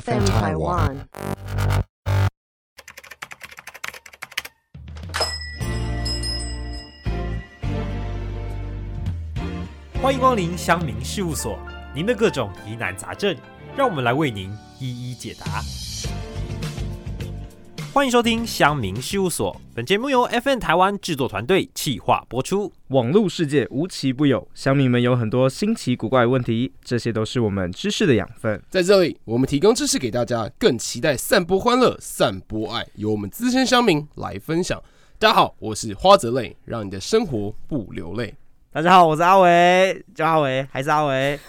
FM Taiwan. 欢迎光临乡民事务所，您的各种疑难杂症，让我们来为您一一解答。欢迎收听乡民事务所，本节目由 FN 台湾制作团队企划播出。 网络世界无奇不有，乡民们有很多新奇古怪的问题，这些都是我们知识的养分。在这里，我们提供知识给大家，更期待散播欢乐、散播爱，由我们资深乡民来分享。大家好，我是花泽类，让你的生活不流泪。大家好，我是阿维，叫阿维还是阿维？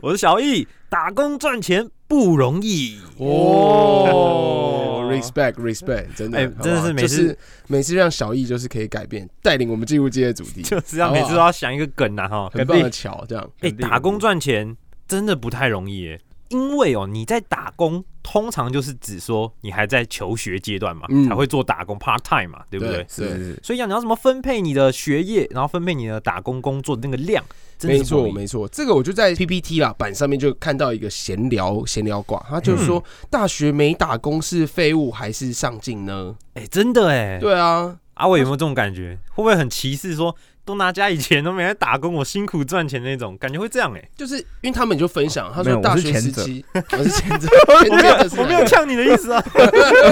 我是小易，打工赚钱不容易。哦，respect respect，真的，哦哎好不好真的是每就次是每次让小易就是可以改变，带领我们进入今天的主题， 就是要每次都要想一个梗呐、哈。很棒的桥，这样哎、肯定打工赚钱真的不太容易耶，因为哦，你在打工通常就是指说你还在求学阶段嘛，嗯才会做打工 part time 嘛，对不对？对，是，所以讲你要怎么分配你的学业，然后分配你的打工工作的那个量，真的没是不容错易没错，这个我就在 PPT 啦版上面就看到一个闲聊闲聊挂，他就是说嗯大学没打工是废物还是上进呢？哎、真的哎，对啊，阿伟有没有这种感觉？会不会很歧视说都拿家以前都没来打工，我辛苦赚钱那种感觉会这样哎？就是因为他们就分享，他没有说大我是学前时者期，我是前者，前者是哪我没有个呛你的意思啊，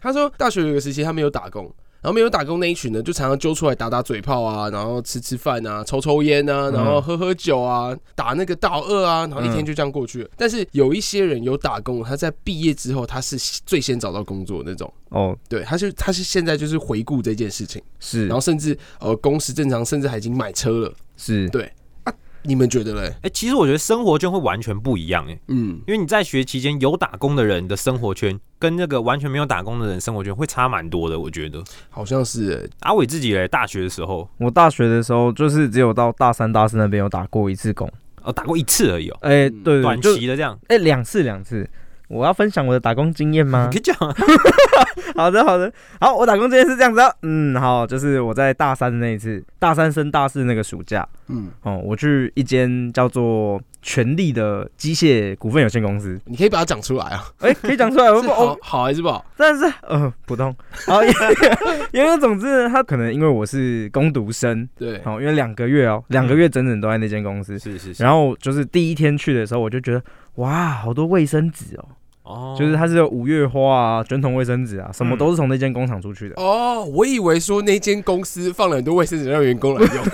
他说大学有个时期他没有打工，然后没有打工那一群呢，就常常揪出来打打嘴炮啊，然后吃吃饭啊，抽抽烟啊，然后喝喝酒啊，打那个大二啊，然后一天就这样过去了。但是有一些人有打工，他在毕业之后他是最先找到工作的那种，哦，对，他就他是现在就是回顾这件事情，是然后甚至呃工时正常，甚至还已经买车了。是对你们觉得嘞？哎、其实我觉得生活圈会完全不一样哎、嗯，因为你在学期间有打工的人的生活圈，跟那个完全没有打工的人生活圈会差蛮多的。我觉得好像是欸、阿伟自己嘞，大学的时候我大学的时候，就是只有到大三、大四那边有打过一次工，哦打过一次而已哦，哎、嗯对对，短就期的这样，哎两、次两次。我要分享我的打工经验吗 你可？以讲啊。好的，好的，好，我打工经验是这样子、哦，嗯，好，就是我在大三的那一次，大三升大四那个暑假，嗯，哦、我去一间叫做权力的机械股份有限公司，你可以把它讲出来啊，哎、可以讲出来，我不是我好好还是不好？但是呃普通，然后 因为因为总之呢，他可能因为我是攻读生，对，嗯哦，因为两个月哦，两个月整整都在那间公司。是是是，然后就是第一天去的时候，我就觉得哇，好多卫生纸哦，哦就是它是有五月花啊、卷筒卫生纸啊，嗯什么都是从那间工厂出去 的。哦，我以为说那间公司放了很多卫生纸让员工来 用，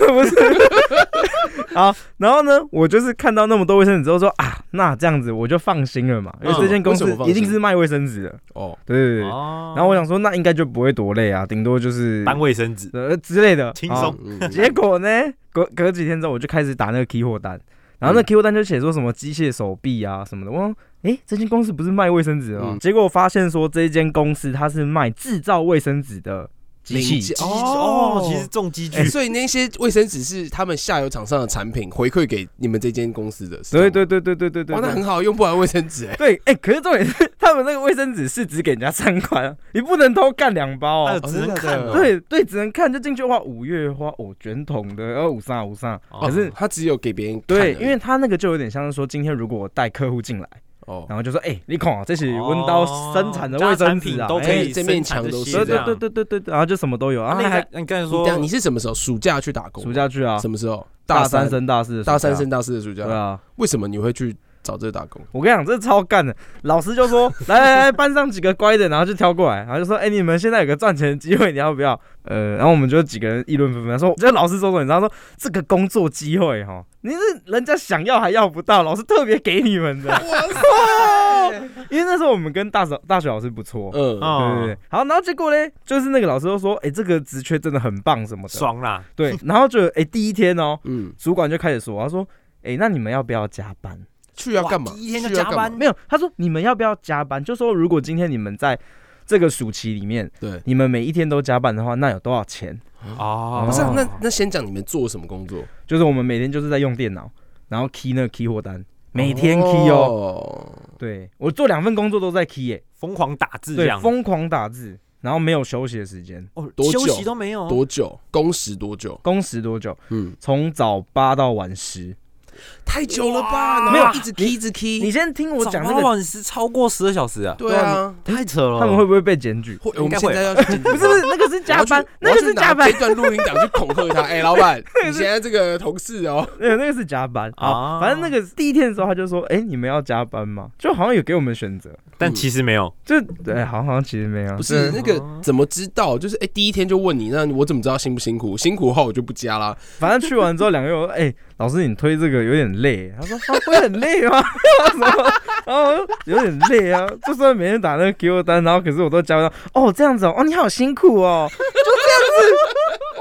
好，然后呢，我就是看到那么多卫生纸之后说啊，那这样子我就放心了嘛，因为嗯这间公为司什么放一心定是卖卫生纸的。哦，对对对。哦然后我想说，那应该就不会多累啊，顶多就是搬卫生纸，呃之类的，轻啊松嗯结果呢，隔隔几天之后，我就开始打那个期货单，然后那嗯期货单就写说什么机械手臂啊什么的。我说，诶，这间公司不是卖卫生纸的吗？嗯结果我发现说，这间公司它是卖制造卫生纸的机零器件。哦，其实重机具哎所以那些卫生纸是他们下游厂商的产品，回馈给你们这间公司的，是对这样对对对对对对吗，哇，那对很。好，用不完卫生纸，哎，对，哎、可是重点是， 他们那个卫生纸是只给人家三块啊，你不能偷干两包还哎有哦。只能看哦，对对，只能看就进去的话，五月花哦，卷筒的，然后五啊三五三。哦可是他只有给别人看而对已，因为他那个就有点像是说，今天如果我带客户进来。哦，然后就说：“哎、你看啊，这是温刀生产的卫生纸啊，哦家产品都可哎以这面生产墙这都是些对这样对对对对对对，然后就什么都有，然啊，后那还还你刚才你说等一下你是什么时候暑假去打工？暑假去啊，什么时候？大三三、升大四的暑假，大三升大四的暑对假，啊。为什么你会去找这个打工？我跟你讲，这超干的。老师就说：来来来，班上几个乖的，然后就挑过来，然后就说：哎、你们现在有个赚钱的机会，你要不要？呃，然后我们就几个人议论纷纷，说这老师说说，你知道说这个工作机会哈，你是人家想要还要不到，老师特别给你们的。因为那时候我们跟大嫂大学老师不错，嗯，对对哦对，好，然后结果嘞，就是那个老师就说，哎、这个职缺真的很棒什么的，爽啦，对，然后就哎、诶第一天哦，嗯，主管就开始说，他说，哎、那你们要不要加班？去要哇干嘛？第一天就去要加干嘛班，没有，他说你们要不要加班？就说如果今天你们在这个暑期里面，对，你们每一天都加班的话，那有多少钱？哦，不是啊哦那那先讲你们做什么工作？就是我们每天就是在用电脑，然后 key 那个 key 货单，每天 key 哦，哦，对我做两份工作都在 key 耶、疯狂打字这对，样，疯狂打字，然后没有休息的时间，哦多休久息都没有，多久？工时多久？工时多久？嗯，从早八到晚十。太久了吧？没有然后一直 key 一直你 key，先听我讲那早八个，晚是超过十二小时啊，对啊，太扯了。他们会不会被检举？或我应该们会现在要去警 察不是不是，那个是加班，我那要个去是加班 我要去拿这，段录音档去恐吓 他。哎，老板，你现在这个同事哦，没有那个是加班啊。啊反正那个第一天的时候，他就说：“哎，你们要加班吗？”就好像有给我们选择，但其实没有，就对，好好像其实没有，不是对那个怎么知道？就是哎，第一天就问你，那我怎么知道辛不辛苦？辛苦的话我就不加啦。反正去完之后，两个友说：“哎、老师，你推这个有点累。”他说：“啊、 会很累吗？”然后说然后我说有点累啊，就算每天打那个给我单，然后可是我都加不到。哦，这样子哦，哦，你好辛苦哦，就这样子。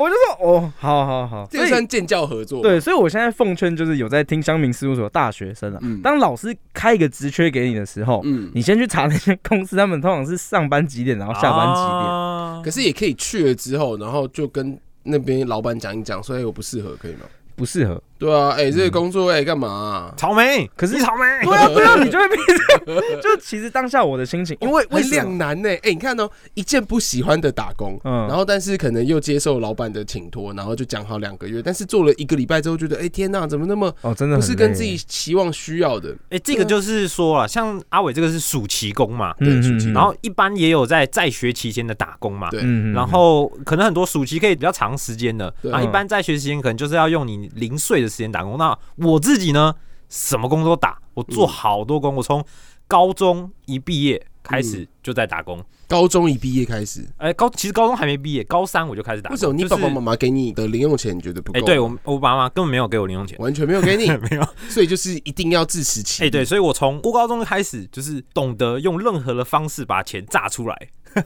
我就说：“哦，好好好。” 这个所以算建教合作。对，，所以我现在奉劝就是有在听乡民事务所的大学生啊，嗯当老师开一个职缺给你的时候，嗯，你先去查那些公司，他们通常是上班几点，然啊后啊下班几点。啊点可是也可以去了之后，然后就跟那边老板讲一讲，说哎，我不适合，可以吗？不适合。对啊，哎，这个工作哎，干嘛啊？草莓，可是你草莓，对啊，对啊，你就会变 成，就其实当下我的心情，因为为哦很什么两难呢、哎、你看哦，一件不喜欢的打工，嗯然后但是可能又接受老板的请托，然后就讲好两个月，但是做了一个礼拜之后，觉得哎、天呐，怎么那么哦，嗯真的不很是跟累自己期望需要的？哎，这个就是说啊，像阿伟这个是暑期工嘛，对嗯暑期然后一般也有在在学期间的打工嘛。对嗯然后可能很多暑期可以比较长时间的，对然后一般在学期间可能就是要用你零碎的时间打工。那我自己呢，什么工都打，我做好多工，我从高中一毕业开嗯始就在打工。高中一毕业开始，哎，高其实高中还没毕业，高三我就开始打工。为什么啊你就是爸爸妈妈给你的零用钱你觉得不够？哎，对我我爸妈根本没有给我零用钱，完全没有给你， 没有。所以就是一定要自食其哎，力。对，所以我从国高中开始就是懂得用任何的方式把钱榨出来。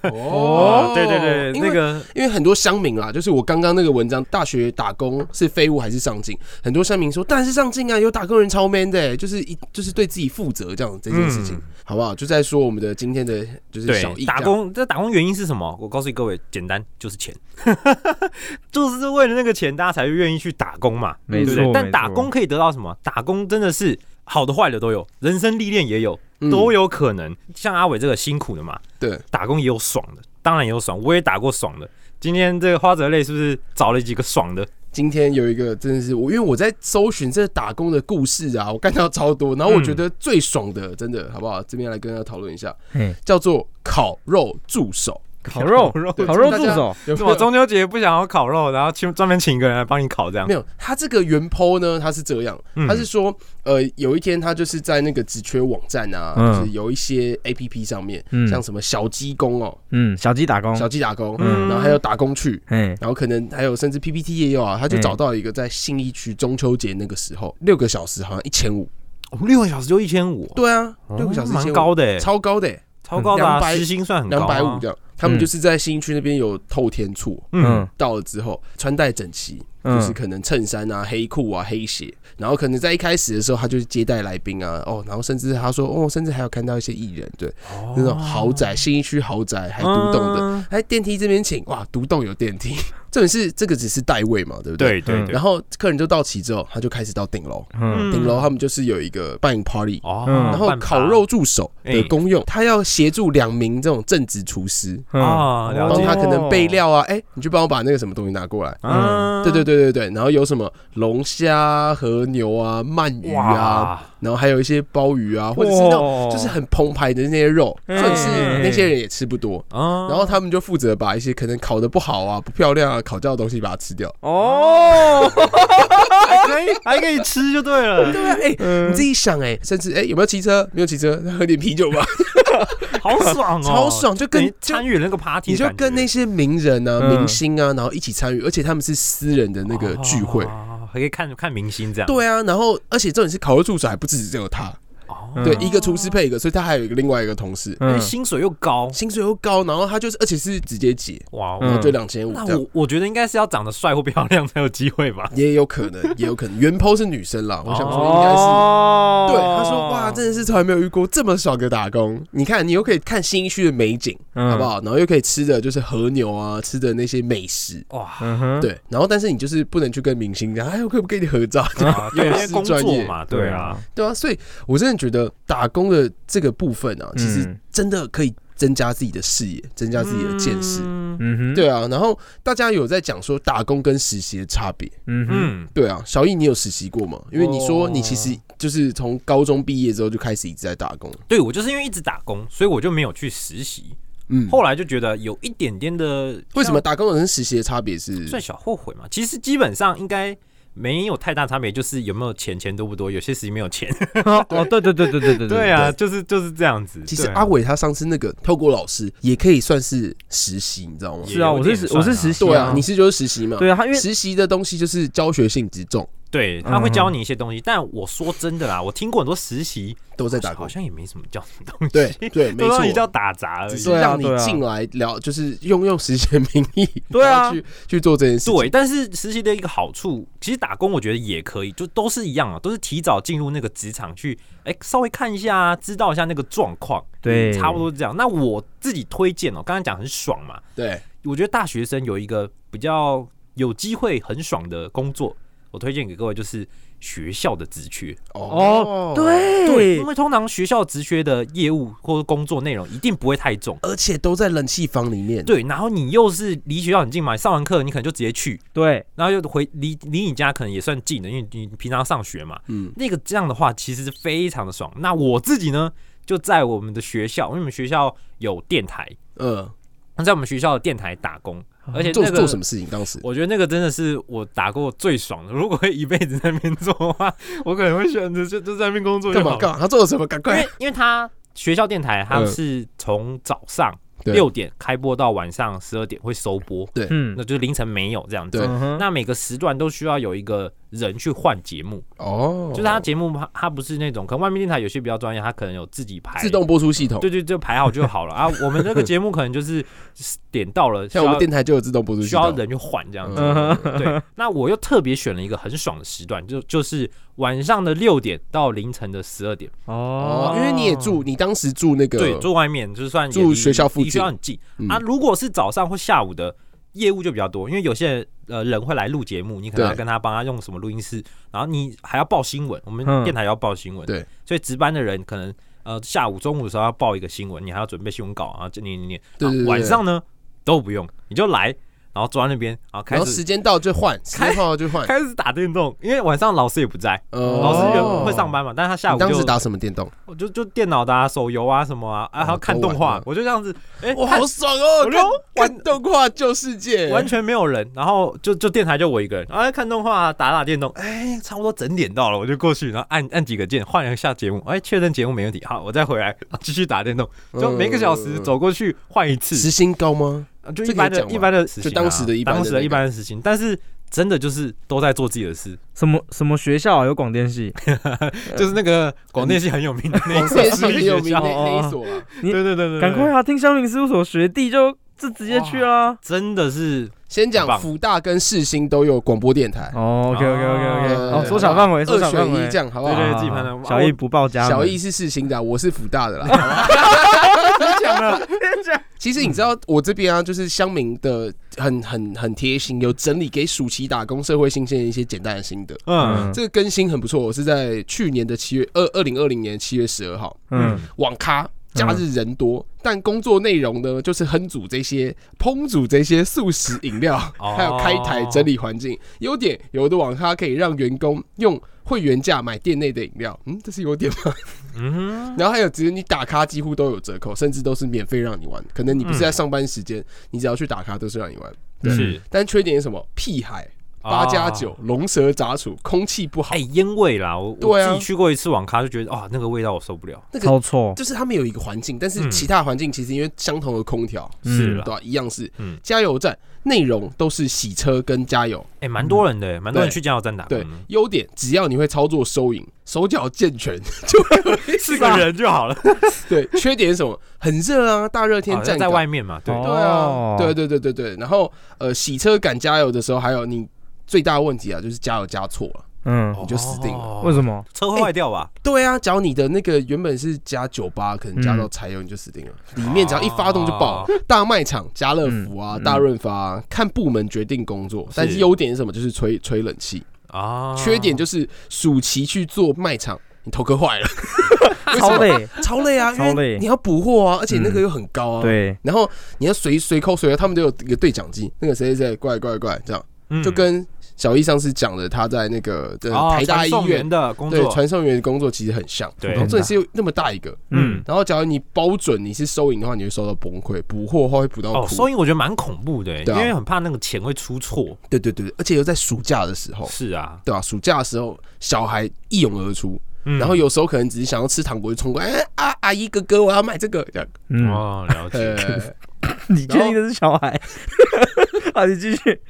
哦对对对，因为那个因为很多乡民啊，就是我刚刚那个文章，大学打工是废物还是上进？很多乡民说，当然是上进啊，有打工人超 man 的、欸就是一就是对自己负责这样这件事情，嗯好不好？就在说我们的今天的就是小对意打工，这打工原因是什么？我告诉各位，简单就是钱， 就是为了那个钱，大家才愿意去打工嘛，没对不对错？但没打错工可以得到什么？打工真的是好的坏的都有，人生历练也有，嗯都有可能。像阿伟这个辛苦的嘛，对，打工也有爽的，当然也有爽，我也打过爽的。今天这个花泽类是不是找了几个爽的？今天有一个真的是我，因为我在搜寻这打工的故事啊，我看到超多，然后我嗯觉得最爽的，真的好不好？这边来跟大家讨论一下嗯，叫做烤肉助手，烤 肉烤肉对烤肉大助家手，有我中秋节不想要烤肉，然后去专门请一个人来帮你烤，这样没有，他这个原 PO 呢，他是这样，嗯他是说，呃，有一天他就是在那个职缺网站啊，嗯就是有一些 APP 上面，嗯像什么小鸡工哦，嗯，小鸡打工，小鸡打工，嗯然后还有打工去。哎，然后可能还有甚至 PPT 也有啊，他就嗯找到一个在信义区中秋节那个时候，嗯六个小时好像一千五，我哦们六个小时就一千五，对啊，六个哦小时一蛮千五，高的欸，超高的欸，超高的啊， 200时薪算很高啊，两百五这样。他们嗯就是在信义区那边有透天厝，嗯，到了之后穿戴整齐，嗯就是可能衬衫啊、黑裤啊、黑鞋，然后可能在一开始的时候，他就是接待来宾啊，哦，然后甚至他说，哦，甚至还有看到一些艺人，对，那种豪宅，新一区豪宅还独栋的，哦嗯还电梯这边请，哇，独栋有电梯， 重点是这个只是代位嘛，对不对？对对对，然后客人就到齐之后，他就开始到顶楼，嗯嗯顶楼他们就是有一个办 party，哦，嗯然后烤肉助手的哎功用，他要协助两名这种正职厨师，嗯啊了帮解他可能备，料啊，哎、你去帮我把那个什么东西拿过来。嗯，对对对对对，然后有什么龙虾、和牛啊、鳗鱼啊，哇，然后还有一些鲍鱼啊，或者是那种哇就是很澎湃的那些肉，嗯甚至那些人也吃不多，嗯，然后他们就负责把一些可能烤的不好啊、不漂亮啊、烤掉的东西把它吃掉。哦，还可以哎还可以吃就对 了，对啊，哎、嗯你自己想哎、甚至哎、有没有骑车？没有骑车，那喝点啤酒吧，好爽哦，超爽，就等跟于就参与那个 party， 你就的感觉跟那些名人啊、嗯明星啊，然后一起参与，而且他们是私人的那个聚会。哦还可以看看明星这样，对啊，然后而且重点是烤肉助手还不止只有他，哦，嗯对，一个厨师配一个，所以他还有一个另外一个同事，因嗯为薪水又高，薪水又高，然后他就是而且是直接结，哇，嗯我就两千五那这样，我我觉得应该是要长得帅或漂亮才有机会吧，也有可 能，也有可能原 PO 是女生啦，我想说应该是。哦对，他说哇，真的是从来没有遇过这么爽的打工。你看，你又可以看新一区的美景，嗯好不？好？然后又可以吃的就是和牛啊，吃的那些美食，哇，嗯哼，对。然后但是你就是不能去跟明星讲，哎，我可不可以跟你 合照？ 啊因为因为是工专业作嘛，对啊，对啊，所以我真的觉得打工的这个部分啊，嗯其实真的可以增加自己的视野，增加自己的见识。嗯嗯哼，，对啊，然后大家有在讲说打工跟实习的差别。嗯哼，嗯，对啊，小易，你有实习过吗？因为你说哦你其实就是从高中毕业之后就开始一直在打工。对我就是因为一直打工，所以我就没有去实习。嗯，后来就觉得有一点点的，为什么打工人跟实习的差别是？算小后悔嘛？其实基本上应该没有太大差别，就是有没有钱，钱多不多。有些实习没有钱， 哦，对对对对对对对，啊，就是就是这样子。其实对啊阿伟他上次那个透过老师也可以算是实习，你知道吗？也是啊，我有是点我算啊是实习，对啊，你是就是实习嘛？对啊，他因为实习的东西就是教学性质重，对他嗯会教你一些东西，但我说真的啦，我听过很多实习都在打好工。像也没什么叫什么东西，对对，没都让你叫错。打杂而只已是。对啊让你对啊进来聊，就是用用实习的名义，对啊然后去去做这件事情。对，但是实习的一个好处，其实打工我觉得也可以，就都是一样啊，都是提早进入那个职场去，哎、稍微看一下啊，知道一下那个状况，嗯对差不多是这样。那我自己推荐哦，刚才讲很爽嘛，对，我觉得大学生有一个比较有机会很爽的工作，我推荐给各位就是学校的职缺。哦，对，对因，为通常学校职缺的业务或者工作内容一定不会太重。而且都在冷气房里面。对，然后你又是离学校很近嘛，上完课你可能就直接去，对，然后又回离离你家可能也算近的，因为你平常上学嘛。嗯，那个这样的话其实是非常的爽。那我自己呢，就在我们的学校，因为我们学校有电台，嗯，在我们学校的电台打工，而且、那啊做个、做什么事情？当时我觉得那个真的是我打过最爽的。如果一辈子在那边做的话，我可能会选择就就在那边工作就干好嘛了干嘛？他做了什么？赶因快为因为他学校电台它嗯是从早上对六点开播到晚上十二点会收播，嗯那，就是凌晨没有这样对子。嗯哼那每个时段都需要有一个人去换节目，哦，就是他节目它它不是那种，可能外面电台有些比较专业，它可能有自己排自动播出系统，对对，就排好就好 了啊。我们这个节目可能就是点到了，需像我要们电台就有自动播出系需要统。人去换这样子。嗯对，那我又特别选了一个很爽的时段，就就是晚上的六点到凌晨的十二点。哦哦，，因为你也住，你当时住那个对，住外面就算也住离学校附离学校近很近、嗯啊。如果是早上或下午的业务就比较多，因为有些人呃人会来录节目，你可能对要跟他帮他用什么录音室，然后你还要报新闻，我们嗯电台也要报新闻，对，所以值班的人可能呃下午中午的时候要报一个新闻，你还要准备新闻稿啊，然后就念念念，对对对啊晚上呢都不用，你就来，然后坐在那边，然后开然后始时间到就换，时开间到就换。开始打电动，因为晚上老师也不在，呃老师哦原会上班嘛，但是他下午你当时就打什么 电动？我就就电脑的啊、手游啊什么啊，啊还要哦看都动玩画了，我就这样子，哎，哇，看好爽哦！我就看玩动画救世界，完全没有人，然后就就电台就我一个人，啊，看动画、打打电动，哎，差不多整点到了，我就过去，然后按按几个键，换一下节目，哎，确认节目没问题，好，我再回来然后继续打电动，就每个小时嗯走过去换一次，时薪 高吗？啊就这一个般有的讲吗一般的事情啊，就当时的一般的当时的那一个般的事情，但是真的就是都在做自己的事，什么什么学校啊有广电系？嗯就是那个广电系很有名的那广一所电私系立很有学名那校，哦那一所啊啦。对对对对对， 赶快啊，听香明事务所学弟就就直接去啊。真的是先很棒讲福大跟世新都有广播电台，哦，OK OK OK OK，呃哦，缩小范围，缩小二范选围啊一这，样好不对对好？自己判断小易不报家门， 小易是世新的啊，我是福大的啦。好吧讲了，其实你知道，我这边啊，就是乡民的很很很贴心，有整理给暑期打工社会新鲜的一些简单的心得。嗯这个更新很不错，我是在去年的七月二二零二零年七月十二号，嗯网咖假日人多，但工作内容呢就是烹煮这些烹煮这些速食饮料，哦还有开台整理环境。优点有的网咖可以让员工用会员价买店内的饮料，嗯，这是优点吗？嗯然后还有，只是你打卡几乎都有折扣，甚至都是免费让你玩。可能你不是在嗯上班时间，你只要去打卡都是让你玩。嗯哼是但缺点是什么？屁孩八加哦九，龙蛇杂处，空气不好哎，。烟味啦，我我对啊自己去过一次网咖，就觉得啊，那个味道我受不了。那个超错，就是他们有一个环境，但是嗯其他环境其实因为相同的空调，是啦对吧、啊一样是，嗯加油站内容都是洗车跟加油。哎，蛮多人的，蛮多人嗯对去加油站打工对的，，嗯优点只要你会操作收银，手脚健全 就可以。四个人就好了。对，缺点是什么？很热啊，大热天好像站在岗外面嘛，对哦对啊，对对对对对。然后呃，洗车赶加油的时候，还有你最大的问题啊，就是加油加错了。嗯，你就死定了哦为 什么？车会坏掉吧？对啊，假如你的那个原本是加九八，可能加到嗯柴油你就死定了，里面只要一发动就爆了。哦。大卖场、家乐福啊、嗯大润发、啊，看部门决定工作。但哎哦是优点是什么？就是吹吹冷气。啊缺点就是暑期去做卖场你头 壳坏了，为什超 么，累，超累啊，超因为累嗯你要补货啊，而且那个又很高哦啊，，对，然后你要随随扣随扣，他们都有一个对讲机，那个谁谁谁过来过来过来，这样嗯就跟小易上次讲的，他在那个的哦台大传医送院员的工对作，传送员的工作其实很像，对然后这里是有那么大一个，嗯嗯，然后假如你包准你是收银的话，你会收到崩溃；补货的话会补到哦，哭收。银我觉得蛮恐怖的、欸对啊因为很怕那个钱会出错。对对对，而且又在暑假的时候，是啊，对吧、暑假的时候，小孩一涌而出，嗯然后有时候可能只是想要吃糖果，就冲过来，哎啊阿姨哥哥，我要买这个，这样。嗯，哦，了解， 呃，你确定那是小孩？ 啊，你继续，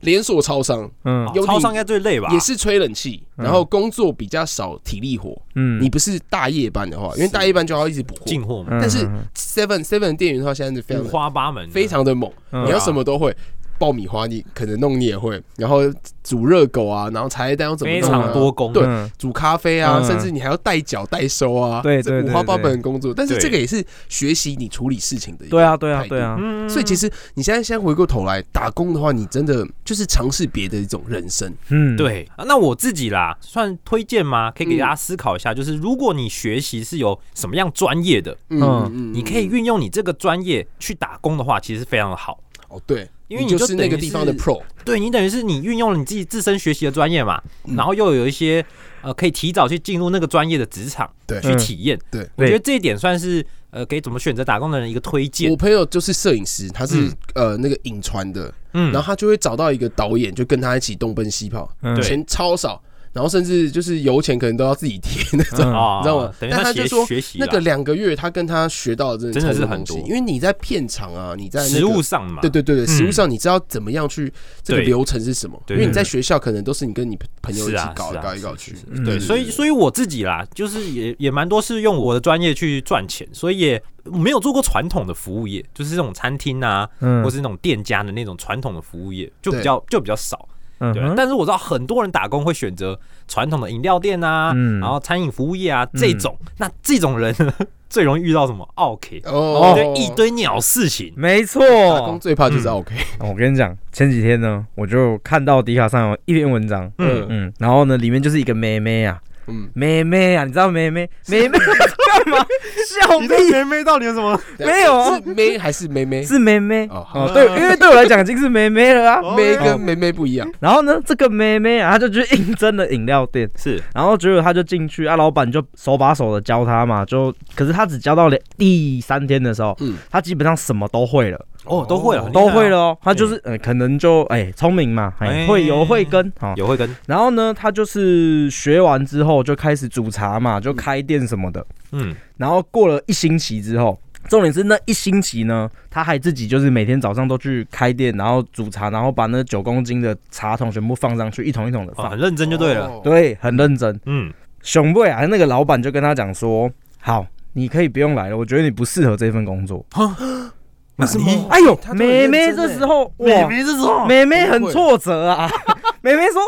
连锁超商嗯哦有超你商应该最累吧？也是吹冷气，嗯然后工作比较少体力活。嗯，你不是大夜班的话，因为大夜班就要一直补货。进货嘛，嗯，但是嗯 Seven Seven 店员的话，现在是非五常花八门的，非常的猛，嗯你要什么都会。爆米花你可能弄你也会，然后煮热狗啊，然后茶叶蛋要怎么非弄啊常多工。对嗯煮咖啡啊，嗯甚至你还要代缴代收啊，对这对对五花八对门的工作。但是对这个也是学习你处理事情的一个对啊，对啊态，度对啊，嗯所以其实你现在先回过头来打工的话，你真的就是尝试别的一种人生。嗯，对、啊那我自己啦，算推荐吗？可以给嗯大家思考一下，就是如果你学习是有什么样专业的，嗯嗯嗯你可以运用你这个专业去打工的话，其实非常的好。哦，对，因为你你就就是那等个于地方的是 pro，对你等于是你运用了你自己自身学习的专业嘛，嗯然后又有一些呃可以提早去进入那个专业的职场对去嗯体验。嗯对我觉得这一点算是呃给怎么选择打工的人一个推荐我。朋友就是摄影师，他是嗯呃那个影传的，嗯，然后他就会找到一个导演，就跟他一起东奔西跑，嗯，对钱超少，然后甚至就是油钱可能都要自己 贴那种。嗯哦你知道吗等于但他学就说学习啦那个两个月，他跟他学到的真的真的是超多很东西多因为你在片场啊，你在那个实物上嘛，对对对对，嗯实物上你知道怎么样去这个对流程是什么？对因对为你在学校可能都是你跟你朋友一是起啊搞是啊搞一是搞是去是，嗯对，所以所以我自己啦，就是也也蛮多是用我的专业去赚钱，所以也没有做过传统的服务业，就是这种餐厅啊，嗯，或是那种店家的那种传统的服务业，就对比较就比较少。嗯对，哼但是我知道很多人打工会选择传统的饮料店啊，嗯然后餐饮服务业啊这种，那这种人呢 最容易遇到什么 OK，哦就一堆鸟事情。没错，打工最怕就是嗯 OK，我跟你讲，前几天呢，我就看到迪卡上有一篇文章，嗯，嗯，然后呢，里面就是一个妹妹啊，嗯，妹妹啊，你知道妹妹妹 妹干嘛？笑屁妹妹到底有什么？没有啊是妹还是妹妹？是妹妹哦好哦，对，因为对我来讲已经是妹妹了啊。妹跟妹妹不一样，然后呢，这个妹妹啊，她就去应征了饮料店，是然后结果她就进去啊，老板就手把手的教她嘛，就可是她只教到了第三天的时候，嗯她基本上什么都会了，哦，都会了，很厉害都啊会了，哦。她就是呃，可能就哎聪明嘛，哎哎会游会跟哦，有会跟然后呢，他就是学完之后就开始煮茶嘛，就开店什么的。嗯然后过了一星期之后，重点是那一星期呢，他还自己就是每天早上都去开店，然后煮茶，然后把那九公斤的茶桶全部放上去，一桶一桶的哦放。很认真就对了。哦，对，很认真。嗯，熊妹啊，那个老板就跟他讲说：“好，你可以不用来了，我觉得你不适合这份工作。”那什么哎呦他，都很妹妹认真这欸时候妹哇，妹这种妹妹很挫折啊， 妹妹说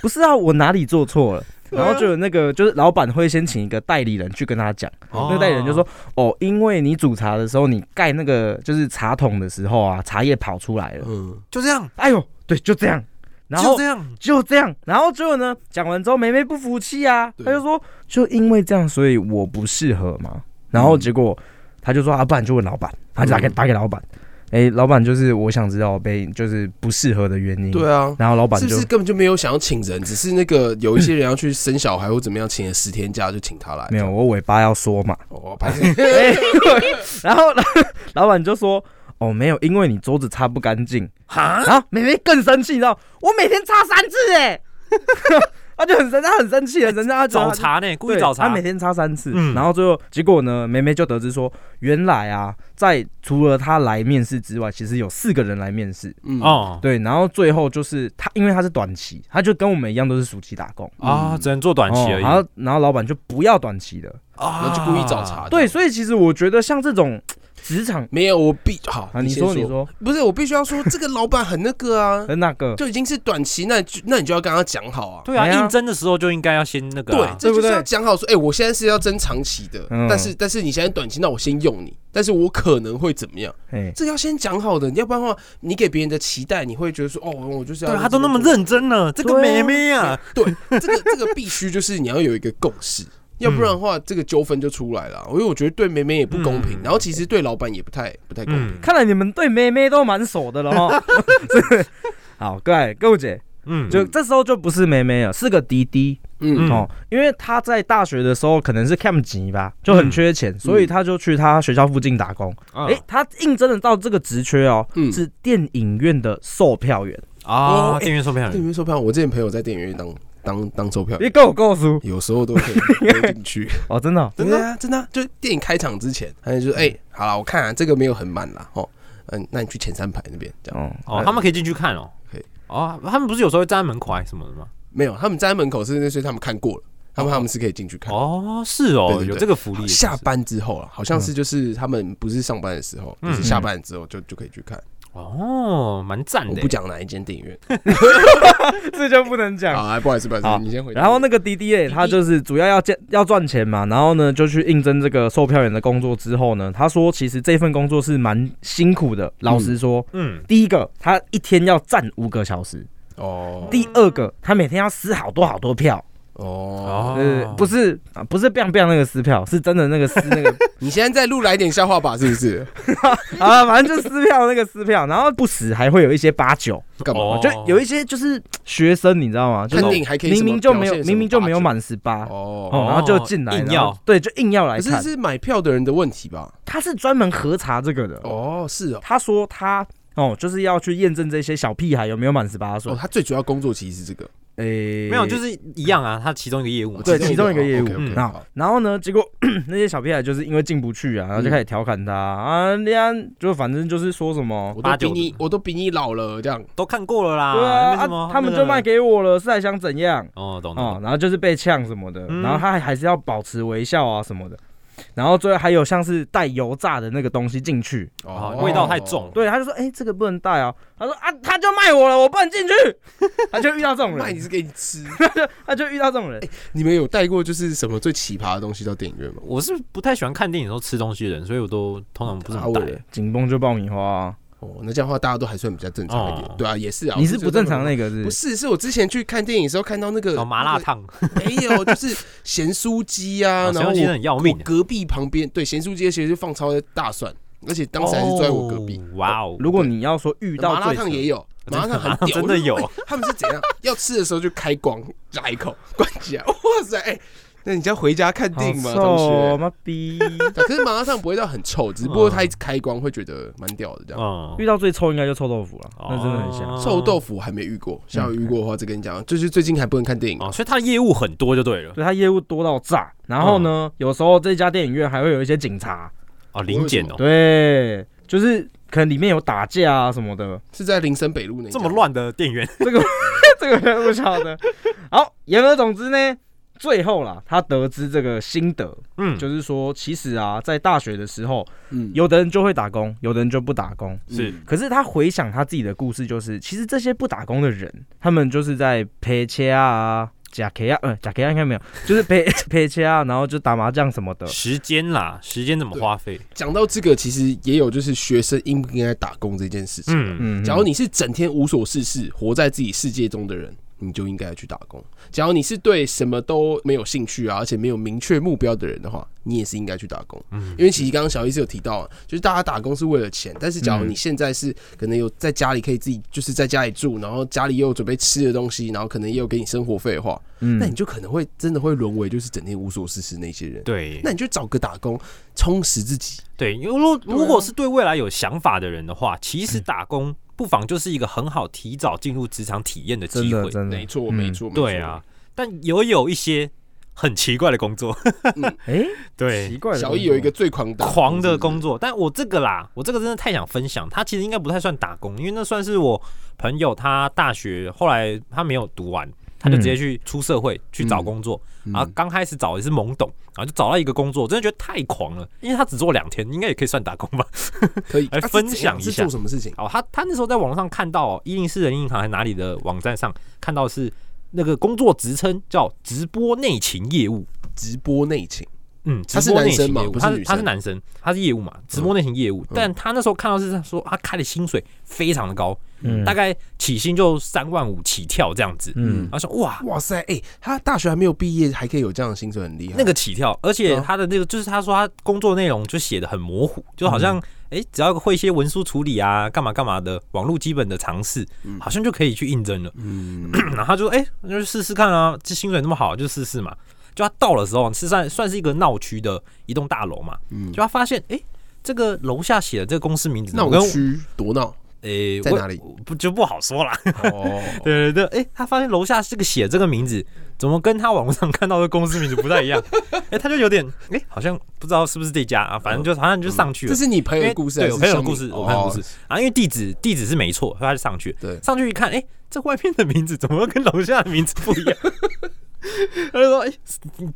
不是啊，我哪里做错了。然后就有那个，就是老板会先请一个代理人去跟他讲，哦那个代理人就说：“哦，因为你煮茶的时候，你盖那个就是茶桶的时候啊，茶叶跑出来了。嗯，就这样，哎呦，对，就这样。然就后这样，就这样，然后最后呢，讲完之后，梅梅不服气啊，对她就说：“就因为这样，所以我不适合嘛。”然后结果她就说：“啊，不然就问老板。”她就打给嗯打给老板，哎，老板就是我想知道被就是不适合的原因。对啊。然后老板是不就是根本就没有想要请人，只是那个有一些人要去生小孩或怎么样，请了十天假就请他来。没有，我尾巴要缩 嘛。哦，拍 谁？哎然后老板就说：“哦，没有，因为你桌子擦不干净。”哈，然后妹妹更生气，你知道，我每天擦三次哎， 她就很生，她很生气了，人家她觉找得她茬呢，故意对找茬。他每天擦三次，嗯然后最后结果呢，梅梅就得知说，原来啊，在除了他来面试之外，其实有四个人来面试，嗯，哦对，然后最后就是他，因为他是短期，他就跟我们一样都是暑期打工。哦啊，只能做短期而已然后然后老板就不要短期的，啊啊嗯然后就故意找茬。对，所以其实我觉得像这种职场没有，我必好，啊，你先说你说，不是，我必须要说，这个老板很那个 啊，跟那个就已经是短期，那你就那你就要跟他讲好啊。对啊，没啊应征的时候就应该要先那个对啊，，这对不就是要对讲好说，哎，我现在是要争长期的，嗯但是但是你现在短期，那我先用你，但是我可能会怎么样？哎，这个要先讲好的，要不然的话，你给别人的期待，你会觉得说，哦，我就是要对啊让他都这那个么做 认真了，这个对啊妹妹啊，这个这个必须就是你要有一个共识，要不然的话，这个纠纷就出来了。因为我觉得对妹妹也不公平，嗯然后其实对老板也不太不太公平。嗯看来你们对妹妹都蛮熟的 了 哦。好，各位各位姐，嗯，就这时候就不是妹妹了，是个弟弟嗯嗯哦，因为他在大学的时候可能是 cam 级吧，就很缺钱，所以他就去他学校附近打工。嗯啊诶，他应征得到这个职缺哦，嗯是电影院的售票员。啊，哦店员售票电员影院售票，我之前朋友在电影院当当当 售嗯票员，你跟我告诉有时候都可以溜进去。哦，真的哦真的啊真的啊，就电影开场之前，他就嗯说：“哎，好了，我看啊，这个没有很满啦，哦，嗯，那你去前三排那边这样。”哦，哦，他们可以进去看哦可以，哦，他们不是有时候会站在门口还是什么的吗？没有，他们站在门口是那些他们看过了，他们他们是可以进去看。哦，是哦，对对有对这个福利，下班之后啊，好像是就是他们不是上班的时候，嗯就是下班之后就就可以去看。哦，蛮赞我的不，讲哪一间电影院， 这就不能讲。啊好，哎不好意思，不好意嗯好思，你先回答。然后那个滴嗯滴嘞，他就是主要要赚要赚钱嘛，然后呢就去应征这个售票员的工作之后呢，他说其实这份工作是蛮辛苦的，老实说。嗯，第一个，他一天要站五个小时；哦第二个，他每天要撕好多好多票，哦，哦呃，不是啊，不是 biang biang 那个撕票，是真的那个撕 那个你现在在录来点笑话吧，是不是？啊，反正就撕票那个撕票，然后不时还会有一些八九，干嘛？哦就有一些就是学生，你知道吗？就看是电影还可以明什么明就没有表现什么明明就没有八满十八折。哦，哦，然后就进来，硬然后要对，就硬要来可看是。是买票的人的问题吧？他是专门核查这个的。哦，是哦，他说他哦，就是要去验证这些小屁孩有没有满十八岁哦，。他最主要工作其实是这个，诶、没有，就是一样啊，它其中一个业务嘛，对其中一个业务嗯，那好然后呢，结果 那些小屁孩就是因为进不去啊，然后就开嗯始调侃他、啊，那样就反正就是说什么。我八都九比你折，我都比你老了，这样。都看过了啦，对啊没什么啊，他们就卖。给我了，是还想怎样？那个哦，懂哦啊懂，，然后就是被呛什么的，嗯然后他还还是要保持微笑啊什么的，然后最后还有像是带油炸的那个东西进去，哦味道太重对，他就说，哎、这个不能带啊，他说啊，他就卖我了，我不能 进去，他就遇到这种卖你哎人，是给你吃， 他就遇到这种人，你们有带过就是什么最奇葩的东西到电影院吗？我是不太喜欢看电影的时候吃东西的人，所以我都通常不是啊很我带。紧绷就爆米花、啊，哦，那这样的话大家都还算比较正常一点哦，对啊，也是啊。你是我觉不得正常他们那个是不是，是我之前去看电影的时候看到那个哦，麻辣烫，没有，就是咸酥鸡啊，哦然咸后肉鸡真的我很要我命的，隔壁旁边对咸酥鸡其实放超大蒜，而且当时还是坐在我隔壁。哦哇哦，如果你要说遇到麻辣最烫扯也有，麻辣烫很屌，真的有我就说哎 他们是怎样？要吃的时候就开光，来一口，关起来。哇塞，哎，那你要回家看电影吗，好臭同哦学？妈 逼！对可是麻辣烫不会到很臭，只不过它一直开光会觉得蛮屌的这样。嗯遇到最臭应该就臭豆腐了，那真的很香。哦臭豆腐还没遇过，像有遇过的话，再跟你讲。就是最近还不能看电影，嗯哦，所以它的业务很多就对了哦对他业务多到炸，然后呢，嗯有时候这家电影院还会有一些警察，哦，零检哦，对，就是可能里面有打架啊什么的， 是在林森北路那一这么家，乱的店 员，这个不晓得。好，言而总之呢，最后啦，他得知这个心得，嗯，就是说，其实啊，在大学的时候，嗯，有的人就会打工，有的人就不打工。是可是他回想他自己的故事，就是其实这些不打工的人，他们就是在陪车啊、假 K 啊，呃，假 K 啊应该没有，就是陪 陪车啊，然后就打麻将什么的。时间啦，时间怎么花费？讲到这个，其实也有就是学生应不应该打工这件事情。嗯，嗯，假如你是整天无所事事，活在自己世界中的人，你就应该去打工。假如你是对什么都没有兴趣啊，而且没有明确目标的人的话，你也是应该去打工。嗯因为其实刚刚小医师有提到啊，就是大家打工是为了钱，但是假如嗯你现在是可能有在家里可以自己就是在家里住，然后家里又有准备吃的东西，然后可能也有给你生活费的话，嗯，那你就可能会真的会沦为就是整天无所事事那些人。对那你就找个打工充实自己。对，因为如果啊如果是对未来有想法的人的话，其实打工不妨就是一个很好提早进入职场体验的真机的会。真的，错嗯错对啊，，但也有一些很奇怪的工作， 哎，奇对，怪，小易有一个。最狂打狂的工作，作。但我这个啦，我这个真的太想分享，它其实应该不太算打工，因为那算是我朋友他大学后来他没有读完，他就直接去出社会去找工作。嗯啊，刚开始找也是懵懂，然后就找到一个工作，真的觉得太狂了，因为他只做两天，应该也可以算打工吧。 可以来啊是哎分怎样享一是下做什么事情？哦，他他那时候在网络上看到哦一零四人银行还哪里的网站上看到是那个工作职称叫直播内勤业务，直播内勤，嗯，他直是播男内生勤嘛业务，不是他女他是生嗯男生，他是业务嘛，直播内勤业务，但他那时候看到是他说他开的薪水非常的高，嗯大概起薪就三万五起跳这样子，嗯然后说哇。哇塞，哎、他大学还没有毕业，还可以有这样的薪水，很厉害。那个起跳，而且对啊他的那个就是他说他工作内容就写的很模糊，就好嗯像哎、诶只要会一些文书处理啊，干嘛干嘛的，网络基本的常识，好像就可以去应征了。嗯， 然后他就哎、诶那就试试看啊，这薪水那么好，就试试嘛。就他到的时候，是算算是一个闹区的一栋大楼嘛，嗯就他发现哎、诶这个楼下写的这个公司名字呢，闹我跟区多闹诶、在我哪里我不就不好说啦。哦，对对对，哎、他发现楼下这个写这个名字，怎么跟他网络上看到的公司名字不太一样？ 哎、他就有点哎、好像不知道是不是这家啊，反正就好像就上去了。 嗯这是你朋友因为的故事还对是我朋友的乡民，故事，我朋友的故哦事啊，因为地址地址是没错，他就上去，对上去一看，哎、这外面的名字怎么会跟楼下的名字不一样？ 他就说，哎、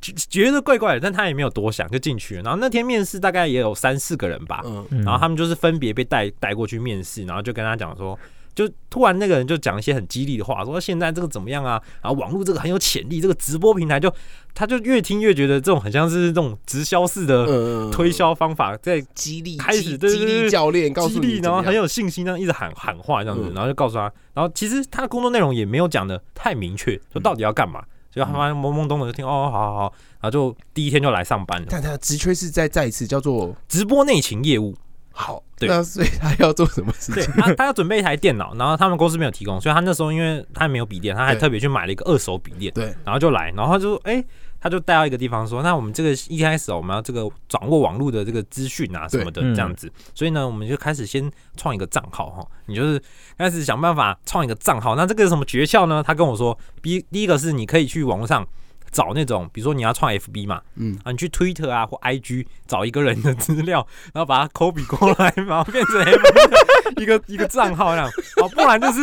觉觉得怪怪的，但他也没有多想，就进去了。然后那天面试大概也有三四个人吧，嗯，嗯然后他们就是分别被带带过去面试，然后就跟他讲说，就突然那个人就讲一些很激励的话，说现在这个怎么样啊？然后网络这个很有潜力，这个直播平台就他就越听越觉得这种很像是这种直销式的嗯呃推销方法在。激励，开始激对对激对励对教练告激诉励，你怎然后么很样，有信心，这样一直喊喊话这样子，嗯然后就告诉他，然后其实他的工作内容也没有讲的太明确，就到底要干嘛，所以他妈懵懵懂懂就听，哦，好好好，然后就第一天就来上班了，但他的职缺是再再一次叫做直播内勤业务，好，对那所以他要做什么事对情？他，他要准备一台电脑，然后他们公司没有提供，所以他那时候因为他没有笔电，他还对特别去买了一个二手笔电，对，然后就来，然后他就哎、他就带到一个地方说，那我们这个一开始哦我们要这个掌握网络的这个资讯啊什么的对嗯这样子，所以呢，我们就开始先创一个账号哈，你就是开始想办法创一个账号。那这个有什么诀窍呢？他跟我说，第第一个是你可以去网络上。找那种，比如说你要创 FB 嘛，嗯，啊，你去 Twitter 啊或 IG 找一个人的资料，然后把它 copy 过来，然后变成 FB 的一个一个账号那样。哦，不然就是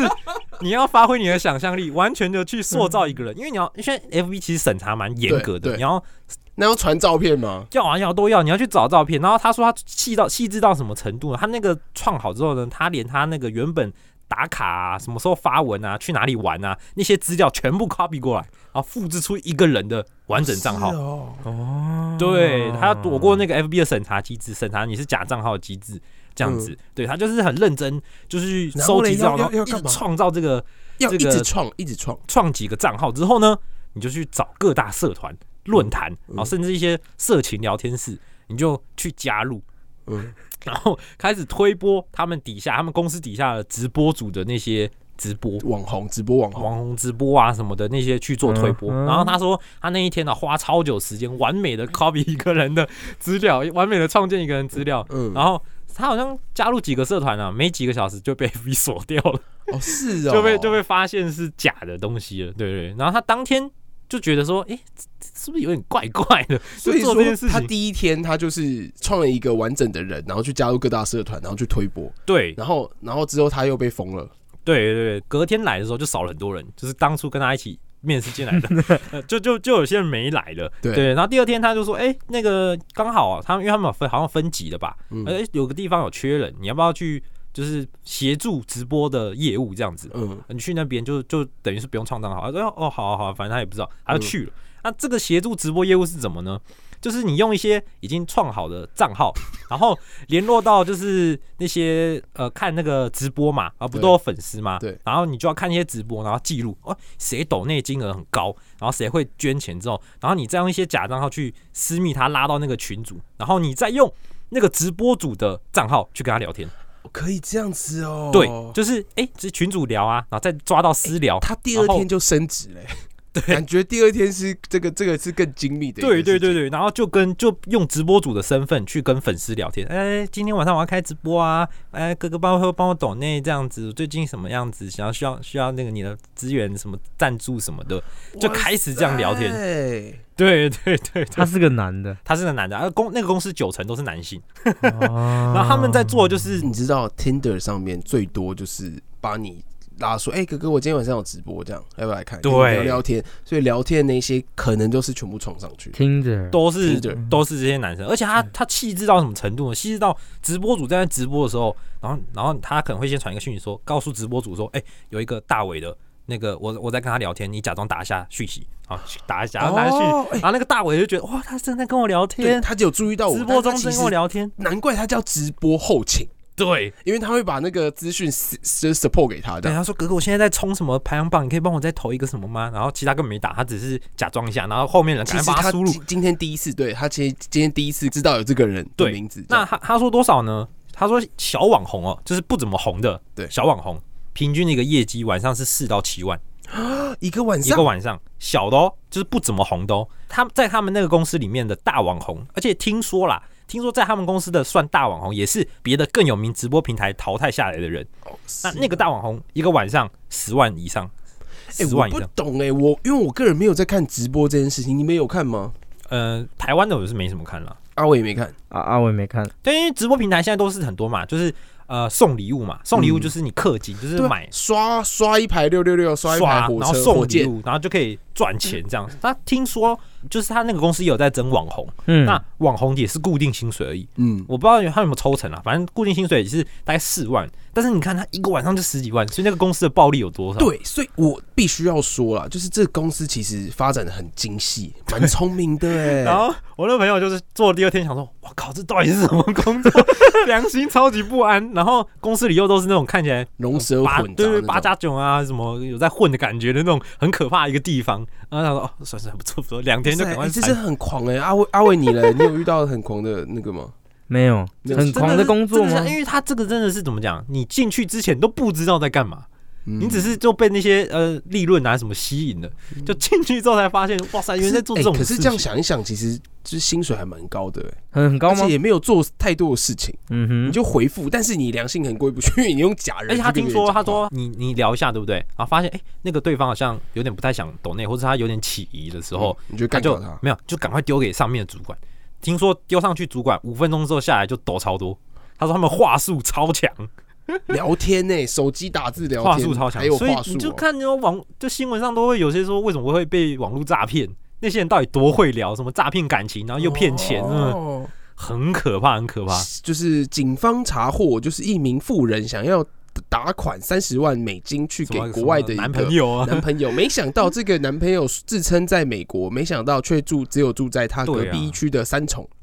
你要发挥你的想象力，完全的去塑造一个人，因为你要，因为现在 FB 其实审查蛮严格对的，对你要那要传照片吗？要啊要都要，你要去找照片。然后他说他细到细致到什么程度呢？他那个创好之后呢，他连他那个原本打卡啊，什么时候发文啊，去哪里玩啊，那些资料全部 copy 过来，然后复制出一个人的完整账号是。哦，哦，对他要躲过那个 FB 的审查机制，审查你是假账号的机制，这样子。对他就是很认真，就是去嗯然后收嘞集资料，要然后要要一直干嘛创造这个要这一个直创，一直创，创几个账号之后呢，你就去找各大社团、论坛，嗯然后甚至一些色情聊天室，你就去加入，嗯， 然后开始推播他们底下、他们公司底下的直播组的那些直播。网红直播网红，网红直播啊什么的那些去做推播，嗯哼然后他说他那一天呢、花超久时间，完美嗯的 copy 一个人的资料， 完美的创建一个人资料，嗯，然后他好像加入几个社团啊，没几个小时就被 FB 锁掉了，哦是哦，就被就被发现是假的东西了，对对对。然后他当天就觉得说，诶，这这是不是有点怪怪的？所以就做说这件事他情，第一天他就是创了一个完整的人，然后去加入各大社团，然后去推播，对然后然后之后他又被封了，对对对，隔天来的时候就少了很多人，就是当初跟他一起面试进来 的，呃就就就有些人没来了。对然后第二天他就说，哎、那个刚好啊，他们因为他们有分好像分级的吧，嗯哎、有个地方有缺人，你要不要去就是协助直播的业务这样子？嗯，你去那边就就等于是不用创账号，他说哦，好好好，反正他也不知道，嗯他就去了。那、这个协助直播业务是怎么呢？就是你用一些已经创好的账号， 然后联络到就是那些呃看那个直播嘛，啊不对都有粉丝嘛，对然后你就要看一些直播，然后记录哦谁抖内金额很高，然后谁会捐钱之后，然后你再用一些假账号去私密他拉到那个群组，然后你再用那个直播主的账号去跟他聊天，可以这样子哦，对，就是哎、这群主聊啊，然后再抓到私聊，他第二然后天就升职嘞、感觉第二天是这个这个是更精密的，对对对，对，然后就跟就用直播主的身份去跟粉丝聊天，哎，今天晚上我要开直播啊，哎，哥哥帮我帮我抖内这样子，最近什么样子，想要需要需要那个你的资源什么赞助什么的，就开始这样聊天。天，对对对，他他是个男的，他是个男的，而公那个公司九成都是男性， 然然后他们在做就是你知道 Tinder 上面最多就是把你。大家说，哎、哥哥，我今天晚上有直播，这样要不要来看？对聊聊天。所以聊天的那些可能都是全部冲上去。听着，都是 Tinder 都是这些男生，而且嗯他他气质到什么程度呢？气质到直播主在直播的时候，然后然后他可能会先传一个讯息说，告诉直播主说，哎、有一个大伟的那个，我我在跟他聊天，你假装打一下讯息啊，打一下，然后打一下讯息，哦哎然后那个大伟就觉得哇，他正在跟我聊对天，他只有注意到我直播中但正他其在实跟我聊天，难怪他叫直播后勤，对，因为他会把那个资讯 s- 就是 support 给他对，的。他说哥哥，我现在在冲什么排行榜，你可以帮我再投一个什么吗？然后其他根本没打，他只是假装一下，然后后面人其赶实快帮他输入，今今天第一次，对他其实今天第一次知道有这个人的对名字。这那样他他说多少呢？他说小网红哦，就是不怎么红的，对小网红平均的一个业绩晚上是四到七万一个晚一个上，晚上，小的哦，就是不怎么红的哦。他在他们那个公司里面的大网红，而且听说啦，听说在他们公司的算大网红，也是别的更有名直播平台淘汰下来的人。哦那那个大网红一个晚上十万以上，啊哎、十我万以不上。懂哎、我因为我个人没有在看直播这件事情，你们有看吗？呃，台湾的我是没什么看了。阿伟也没看，啊啊，我也没看，对，因为直播平台现在都是很多嘛，就是呃送礼物嘛，送礼物就是你氪金，就是嗯对啊买刷刷一排六六六，刷一排刷，火然后车送火礼箭，物，然后就可以赚钱这样。 他听说就是他那个公司也有在争网红，嗯，那网红也是固定薪水而已，嗯，我不知道他有没有抽成啊，反正固定薪水也是大概四万，但是你看他一个晚上就十几万，所以那个公司的暴利有多少？，对，所以我必须要说啦，就是这个公司其实发展的很精细，蛮聪明的哎、 然后我那朋友就是做了第二天想说，我靠，这到底是什么工作？ 良心超级不安。然后公司里又都是那种看起来龙蛇八混杂对对八那种，加九啊，什么有在混的感觉的那种很可怕的一个地方。然后他说哦，算算不错不错，两天就赶哎快这裁是很狂哎、阿伟阿伟你嘞，你有遇到很狂的那 个吗？没有没有很狂的工作真吗的是？因为他这个真的是怎么讲？你进去之前都不知道在干嘛，嗯你只是就被那些呃利润啊什么吸引了，就进去之后才发现，哇塞，原来在做这种哎嗯可事是情。这样想一想，其实就是薪水还蛮高的、欸，很很高而吗且？也没有做太多的事情，嗯哼，你就回复，但是你良心很过意不去，因为你用假人而去且他跟别听人讲话。说，他说你你聊一下对不对？然后发现哎、那个对方好像有点不太想懂那，或者他有点起疑的时候，嗯你就他干就掉他，没有，就赶快丢给上面的主管。听说丢上去，主管五分钟之后下来就抖超多。他说他们话术超强，聊天呢、手机打字聊天，话术超强还，有所以话术、哦啊你就，看那种网，就新闻上都会有些说为什么会被网络诈骗，那些人到底多会聊，什么诈骗感情，然后又骗钱，嗯，哦很可怕，很可怕。就是警方查获，就是一名妇人想要打款三十万美金去什给么国外的什一么个男朋友啊，男朋友，没想到这个男朋友自称在美国，没想到却住只有住在他隔对啊壁一区的三重。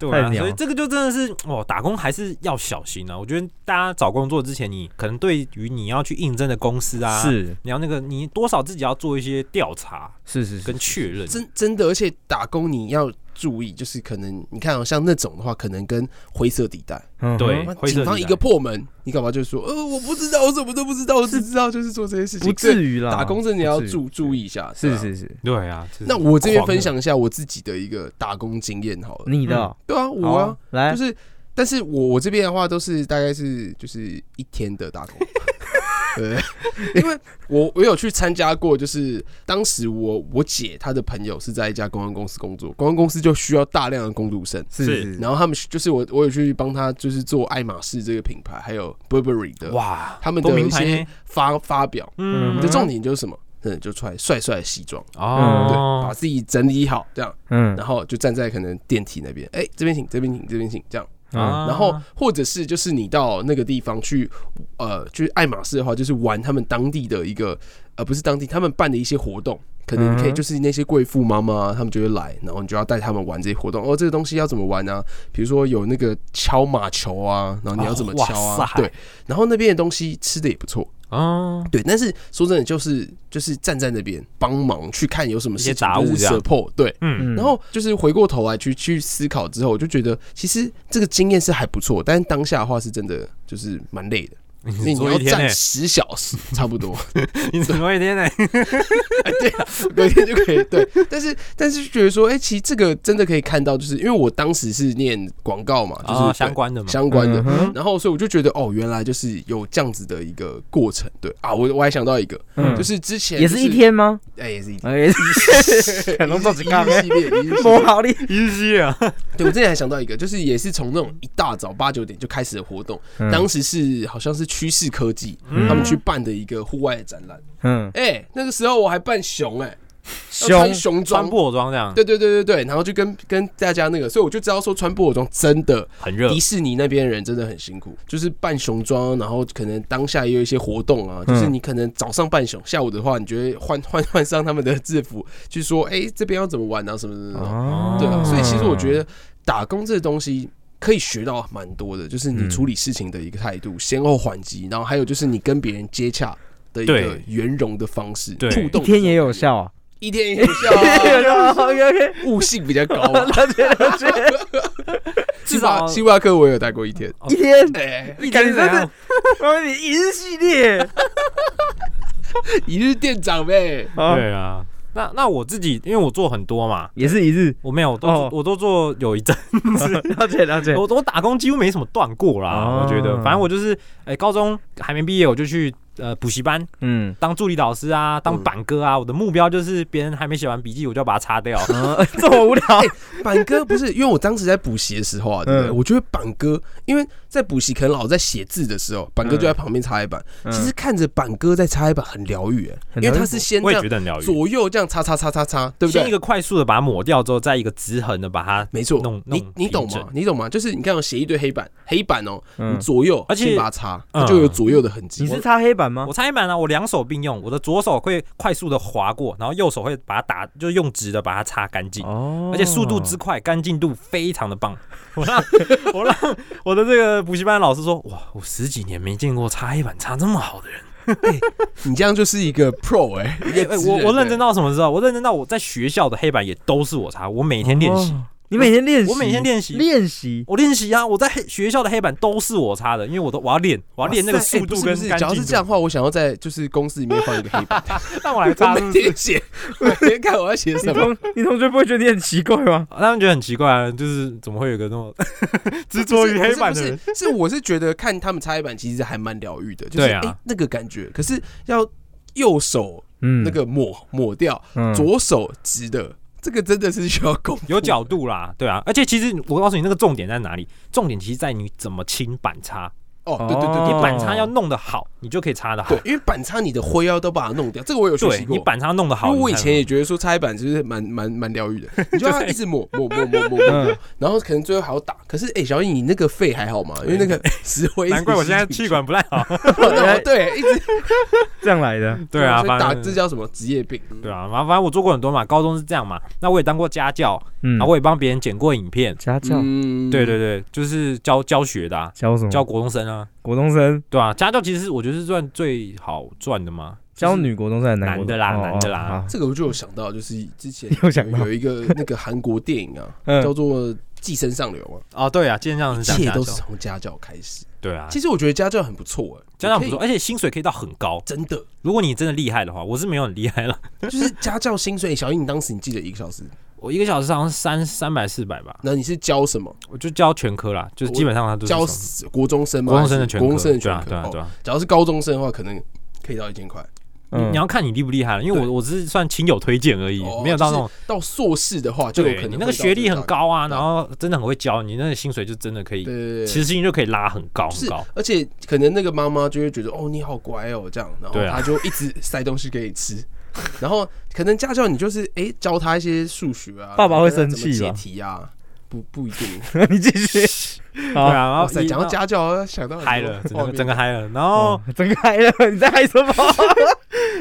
对太啊，鸟所以了这个就真的是哦，打工还是要小心啊。我觉得大家找工作之前，你可能对于你要去应征的公司啊，是你要那个你多少自己要做一些调查是是是，跟确认。真真的，而且打工你要注意，就是可能你看、哦，像那种的话，可能跟灰色地带，嗯哼对哎灰色地带警方一个破门，你干嘛就说呃我不知道，我什么都不知道，我只知道就是做这些事情。不所以至于啦，打工真的要不至于注注意一下，对是啊。是是，对啊，这是那我这边狂的分享一下我自己的一个打工经验好了。你的哦对啊，我好啊啊，来就是，但是我我这边的话都是大概是就是一天的打工， 对，因为我我有去参加过，就是当时我我姐她的朋友是在一家公关公司工作，公关公司就需要大量的工读生。是是是，然后他们就是我，我有去帮他，就是做爱马仕这个品牌，还有 Burberry 的哇，他们都的名一牌些呢，发发表。嗯，这重点就是什么？嗯，就穿帅帅的西装，对，哦把，自己整理好，这样，嗯然后就站在可能电梯那边，哎，这边请，这边请，这边请，这样。嗯啊，然后或者是就是你到那个地方去，呃，就是爱马仕的话，就是玩他们当地的一个，呃，不是当地他们办的一些活动，可能你可以嗯就是那些贵妇妈妈他们就会来，然后你就要带他们玩这些活动。哦，这个东西要怎么玩啊？比如说有那个敲马球啊，然后你要怎么哦哇敲啊？塞对，然后那边的东西吃的也不错，嗯，对。但是说真的，就是就是站在那边帮忙去看有什么事情，一些杂物就是这样 support 对。嗯，嗯然后就是回过头来去去思考之后，我就觉得其实这个经验是还不错，但是当下的话是真的就是蛮累的，因为你你做要一天欸站呢，十小时差 不多，你做一天呢，哎，对啊，隔天就可以对。但是但是就觉得说，哎，其实这个真的可以看到，就是因为我当时是念广告嘛，就是啊，对相关的嘛，哦相关的嗯，哼然后所以我就觉得哦，原来就是有这样子的一个过程，对啊，我我还想到一个，嗯就是之前也就是一，天吗？哎，也是一天。哎，很多做一杠一哎 系，列， 一系列无效率，一些啊，对，我之前还想到一个，就是也是从那种一大早八九点就开始的活动，嗯当时是好像是趋势科技，嗯他们去办的一个户外的展览。嗯，哎、那个时候我还扮熊、哎，要熊穿熊穿装。布偶装这样，对对对对对，然后就跟跟大家那个，所以我就知道说穿布偶装真的，很热迪，士尼那边人真的很辛苦，就是扮熊装，然后可能当下也有一些活动啊，嗯就是你可能早上扮熊，下午的话，你觉得换 换换上他们的制服，去说哎、这边要怎么玩啊什么什么什么，哦对啊，所以其实我觉得打工这东西。可以学到蛮多的，就是你处理事情的一个态度，先后缓急，然后还有就是你跟别人接洽的一个对圆融的方式，对互一动。天也有，效啊。哦一天也有 效、啊， OK OK，悟性比较高、 啊。 至星少哦巴星巴克我也有待过一天，一天，哎、一天是怎样？我你一日系列，一日店长呗。啊，对啊，那那我自己因为我做很多嘛，也是一日。我没有，我都、哦我都做有一阵 子，了解了解我我打工几乎没什么断过啦。哦我觉得，反正我就是，哎、高中还没毕业我就去呃补习班嗯，当助理老师啊，当嗯板哥啊。我的目标就是别人还没写完笔记，我就要把它擦掉。 啊这么无聊， 板哥不是，因为我当时在补习的时候啊，对不对？嗯我觉得板哥，因为在补习可能老在写字的时候，板哥就在旁边擦黑板。嗯其实看着板哥在擦黑板很疗愈、哎很疗愈因为他是先我这也样觉得很疗愈，左右这样擦擦擦擦擦，对不先一对？个快速的把它抹掉之后，再一个直横的把它，没错弄，你弄你懂平吗整？你懂吗？就是你看我写一堆黑板，黑板哦，嗯你左右而且先把它擦，嗯它就有左右的痕迹。你是擦黑板吗我？擦黑板呢，我两手并用，我的左手会快速的划过，然后右手会把它打，就用直的把它擦干净。哦而且速度之快，干净度非常的 棒。我让我让我的这个补习班老师说，哇，我十几年没见过擦黑板擦这么好的人。你这样就是一个 pro 哎、一个哎职我人我认真哎到什么时候？我认真到我在学校的黑板也都是我擦，我每天练习，哦，你每天练习，我每天练习练习，我练习啊，我在黑学校的黑板都是我擦的，因为我都我要练，我要练那个哇塞哎速度不是跟不是干只净要度。是这样的话，我想要在就是公司里面放一个黑 板，让我来我擦，是每不是天 写，我每天看我要写你什么。同你同学不会觉得你很奇怪吗？他们觉得很奇怪啊，就是怎么会有一个那 么 执着于黑板的人不？是，不是是我是觉得看他们擦黑板其实还蛮疗愈的，就是对啊诶那个感觉。可是要右手嗯那个抹抹掉，嗯左手直的，这个真的是需要功夫有角度啦，对啊，而且其实我告诉你，那个重点在哪里？重点其实在你怎么清板擦。哦，对对对哦你板擦要弄得好，你就可以擦得好对。对，因为板擦你的灰腰都把它弄掉，这个我有学习对过你。板擦弄得因好，为我以你才哦前也觉得说擦黑板就是蛮蛮蛮疗 愈的，你就要一直抹抹抹抹抹抹，嗯，然后可能最后还要打。可是哎，小易你那个肺还好吗？因为那个石灰一直难怪我现在进去气 管不太好。对一直 这样来的，对啊，所以打反这正叫什么职业病？对啊，反正我做过很多嘛，高中是这样嘛，那我也当过家教，嗯然后我也帮别人剪过影片。家教嗯啊对对对，就是教教学的，啊，教什么？教国中生啊，国中生，对啊，家教其实是我觉得是赚最好赚的嘛。教女国中生还是男国男中的啦哦男的啦哦好这个我就有想到，就是之前又想到有一个那个韩国电影啊， 嗯叫做《寄生上流》啊，哦，对啊，今天这样一子讲切家都是教，从家教开始。对啊，其实我觉得家教很不错哎，家教不你错，可以，而且薪水可以到很高。真的如果你真的厉害的话，我是没有很厉害了，就是家教薪水。小英，你当时你记得一个小时， 我一个小时好像三三百四百吧，那你是教什么？我就教全科啦，就是基本上他都是教什么国中生吗？国中生还的是全国中科生的对全啊，对啊，科。对哦啊。假如是高中生的话，可能可以到一千块。你嗯你要看你厉不厉害了，因为哦对我我只是算亲友推荐而已哦，没有到那种就。是到硕士的话，就有可对能你那个会到学历这个很大高啊，对然后真的很会教，你那个薪水就真的可概。以，对对对，其实薪就可以拉很高是很高。而且可能那个妈妈就会觉得哦你好乖哦这样，然后对啊她就一直塞东西给你吃， 然后可能家教你就是哎、教她一些数学啊，爸爸会然后怎生么气解吧题啊，不不一定。 你继续，对好啊，然哇后塞，一讲到那家哦嗯教想到很多嗨了，整画个面整个嗨了。然后，睁哦开了， 你在嗨什么？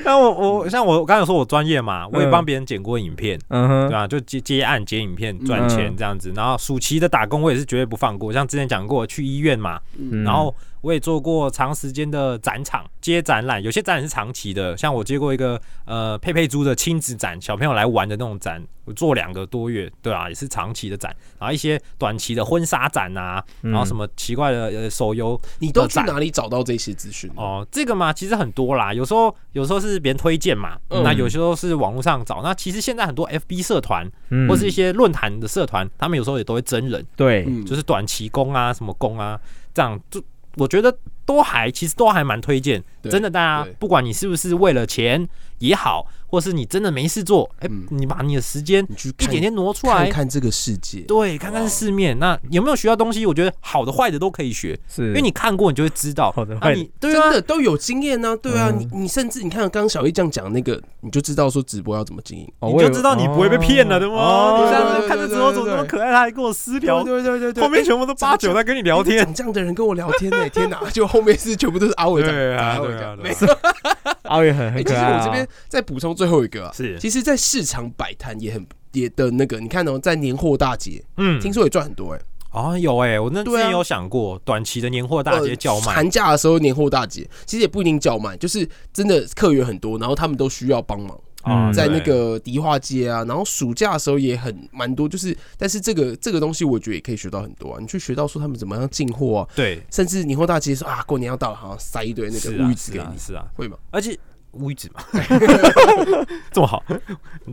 像我我像我刚才有说我专业嘛，我也嗯帮别人剪过影片，嗯对哼，啊，就接接案接影片赚钱嗯这样子。然后暑期的打工我也是绝对不放过，像之前讲过去医院嘛，嗯然后我也做过长时间的展场接展览，有些展览是长期的，像我接过一个呃佩佩猪的亲子展，小朋友来玩的那种展，我做两个多月，对啊，也是长期的展，然后一些短期的婚纱展啊，然嗯后什么奇怪的呃手游你都去展哪里找到这些资讯？哦，哦、这个嘛其实很多啦，有时候有时候是别人推荐嘛，嗯那有时候是网络上找，那其实现在很多 FB 社团嗯或是一些论坛的社团，他们有时候也都会真人，对，嗯，就是是短期工啊，什么工啊，这样就我觉得都还其实都还蛮推荐，对真的大家对不管你是不是为了钱也好，或是你真的没事做，哎、嗯你把你的时间你去一看点点挪出来，看哦看这个世界，对，看看世面。那有没有学到东西？我觉得好的坏的都可以学，是因为你看过，你就会知道。好的那坏的你对啊真，的都有经验呢。对啊，嗯你你甚至你看刚刚小易这样讲那个，你就知道说直播要怎么经营。哦你我以就为知道你不会被骗了，对吗？哦你现对在对看着对直播对怎么对那么可爱，他还跟我私聊，对对对对，哎后面全部都八九在跟你聊天。讲这样的人跟我聊天呢、天哪！ 就后面是全部都是阿伟讲，对啊阿伟对啊讲对啊没对啊错。阿月很哎很其可实爱、我啊。这边再补充最后一个啊，是，其实，在市场摆摊也很也的那个，你看哦，在年货大街，嗯，听说也赚很多哎、哦，有哎、我那之对啊前有想过，短期的年货大街叫呃卖，寒假的时候年货大街，其实也不一定叫卖，就是真的客源很多，然后他们都需要帮忙，嗯呃在那哦对个迪化街啊，然后暑假的时候也很蛮多，就是但是这个这个东西我觉得也可以学到很多啊，你去学到说他们怎么样进货啊，对甚至年货大街说啊过年要到了，好像塞一堆那是个物啊资是给啊你，是啊，会吗？而且无语 子嘛，这么好，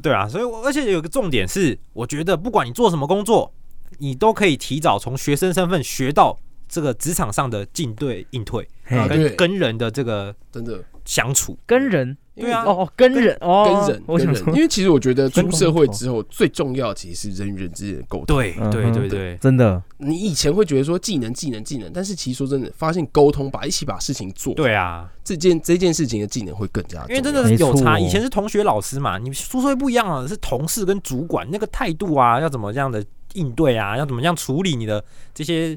对啊，所以我而且有个重点是，我觉得不管你做什么工作，你都可以提早从学生身份学到这个职场上的进退、应退，嘿啊对跟跟人的这个真的，相处。跟人因为啊对啊哦哦跟人哦跟人我跟想人，说因为其实我觉得出跟社工会作之后最重要其实是人与人之间的沟通。对嗯对哼对对，真的你以前会觉得说技能、技能、技能，但是其实说真的，发现沟通把一起把事情做，对啊，这件这件事情的技能会更加重要，因为真的没是有差。错以前是同学、老师嘛，你宿舍不一样啊，是同事跟主管那个态度啊，要怎么样的应对啊，要怎么样处理你的这些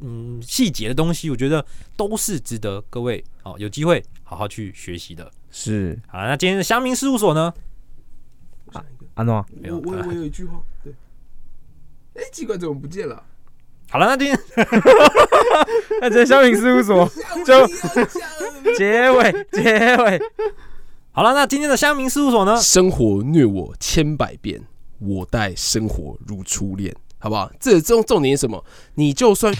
嗯细节的东西，我觉得都是值得各位哦有机会好好去学习的。是好，那今天的乡民事务所呢？安诺啊，没有我我有一句 话，对，哎，机关怎么不见 了？好了，那今天那这小敏事务 所就哎结尾结尾，好了，那今天的乡民事务所呢？生活虐我千百遍，我待生活如初恋，好不好？这这种重点是什么？你就算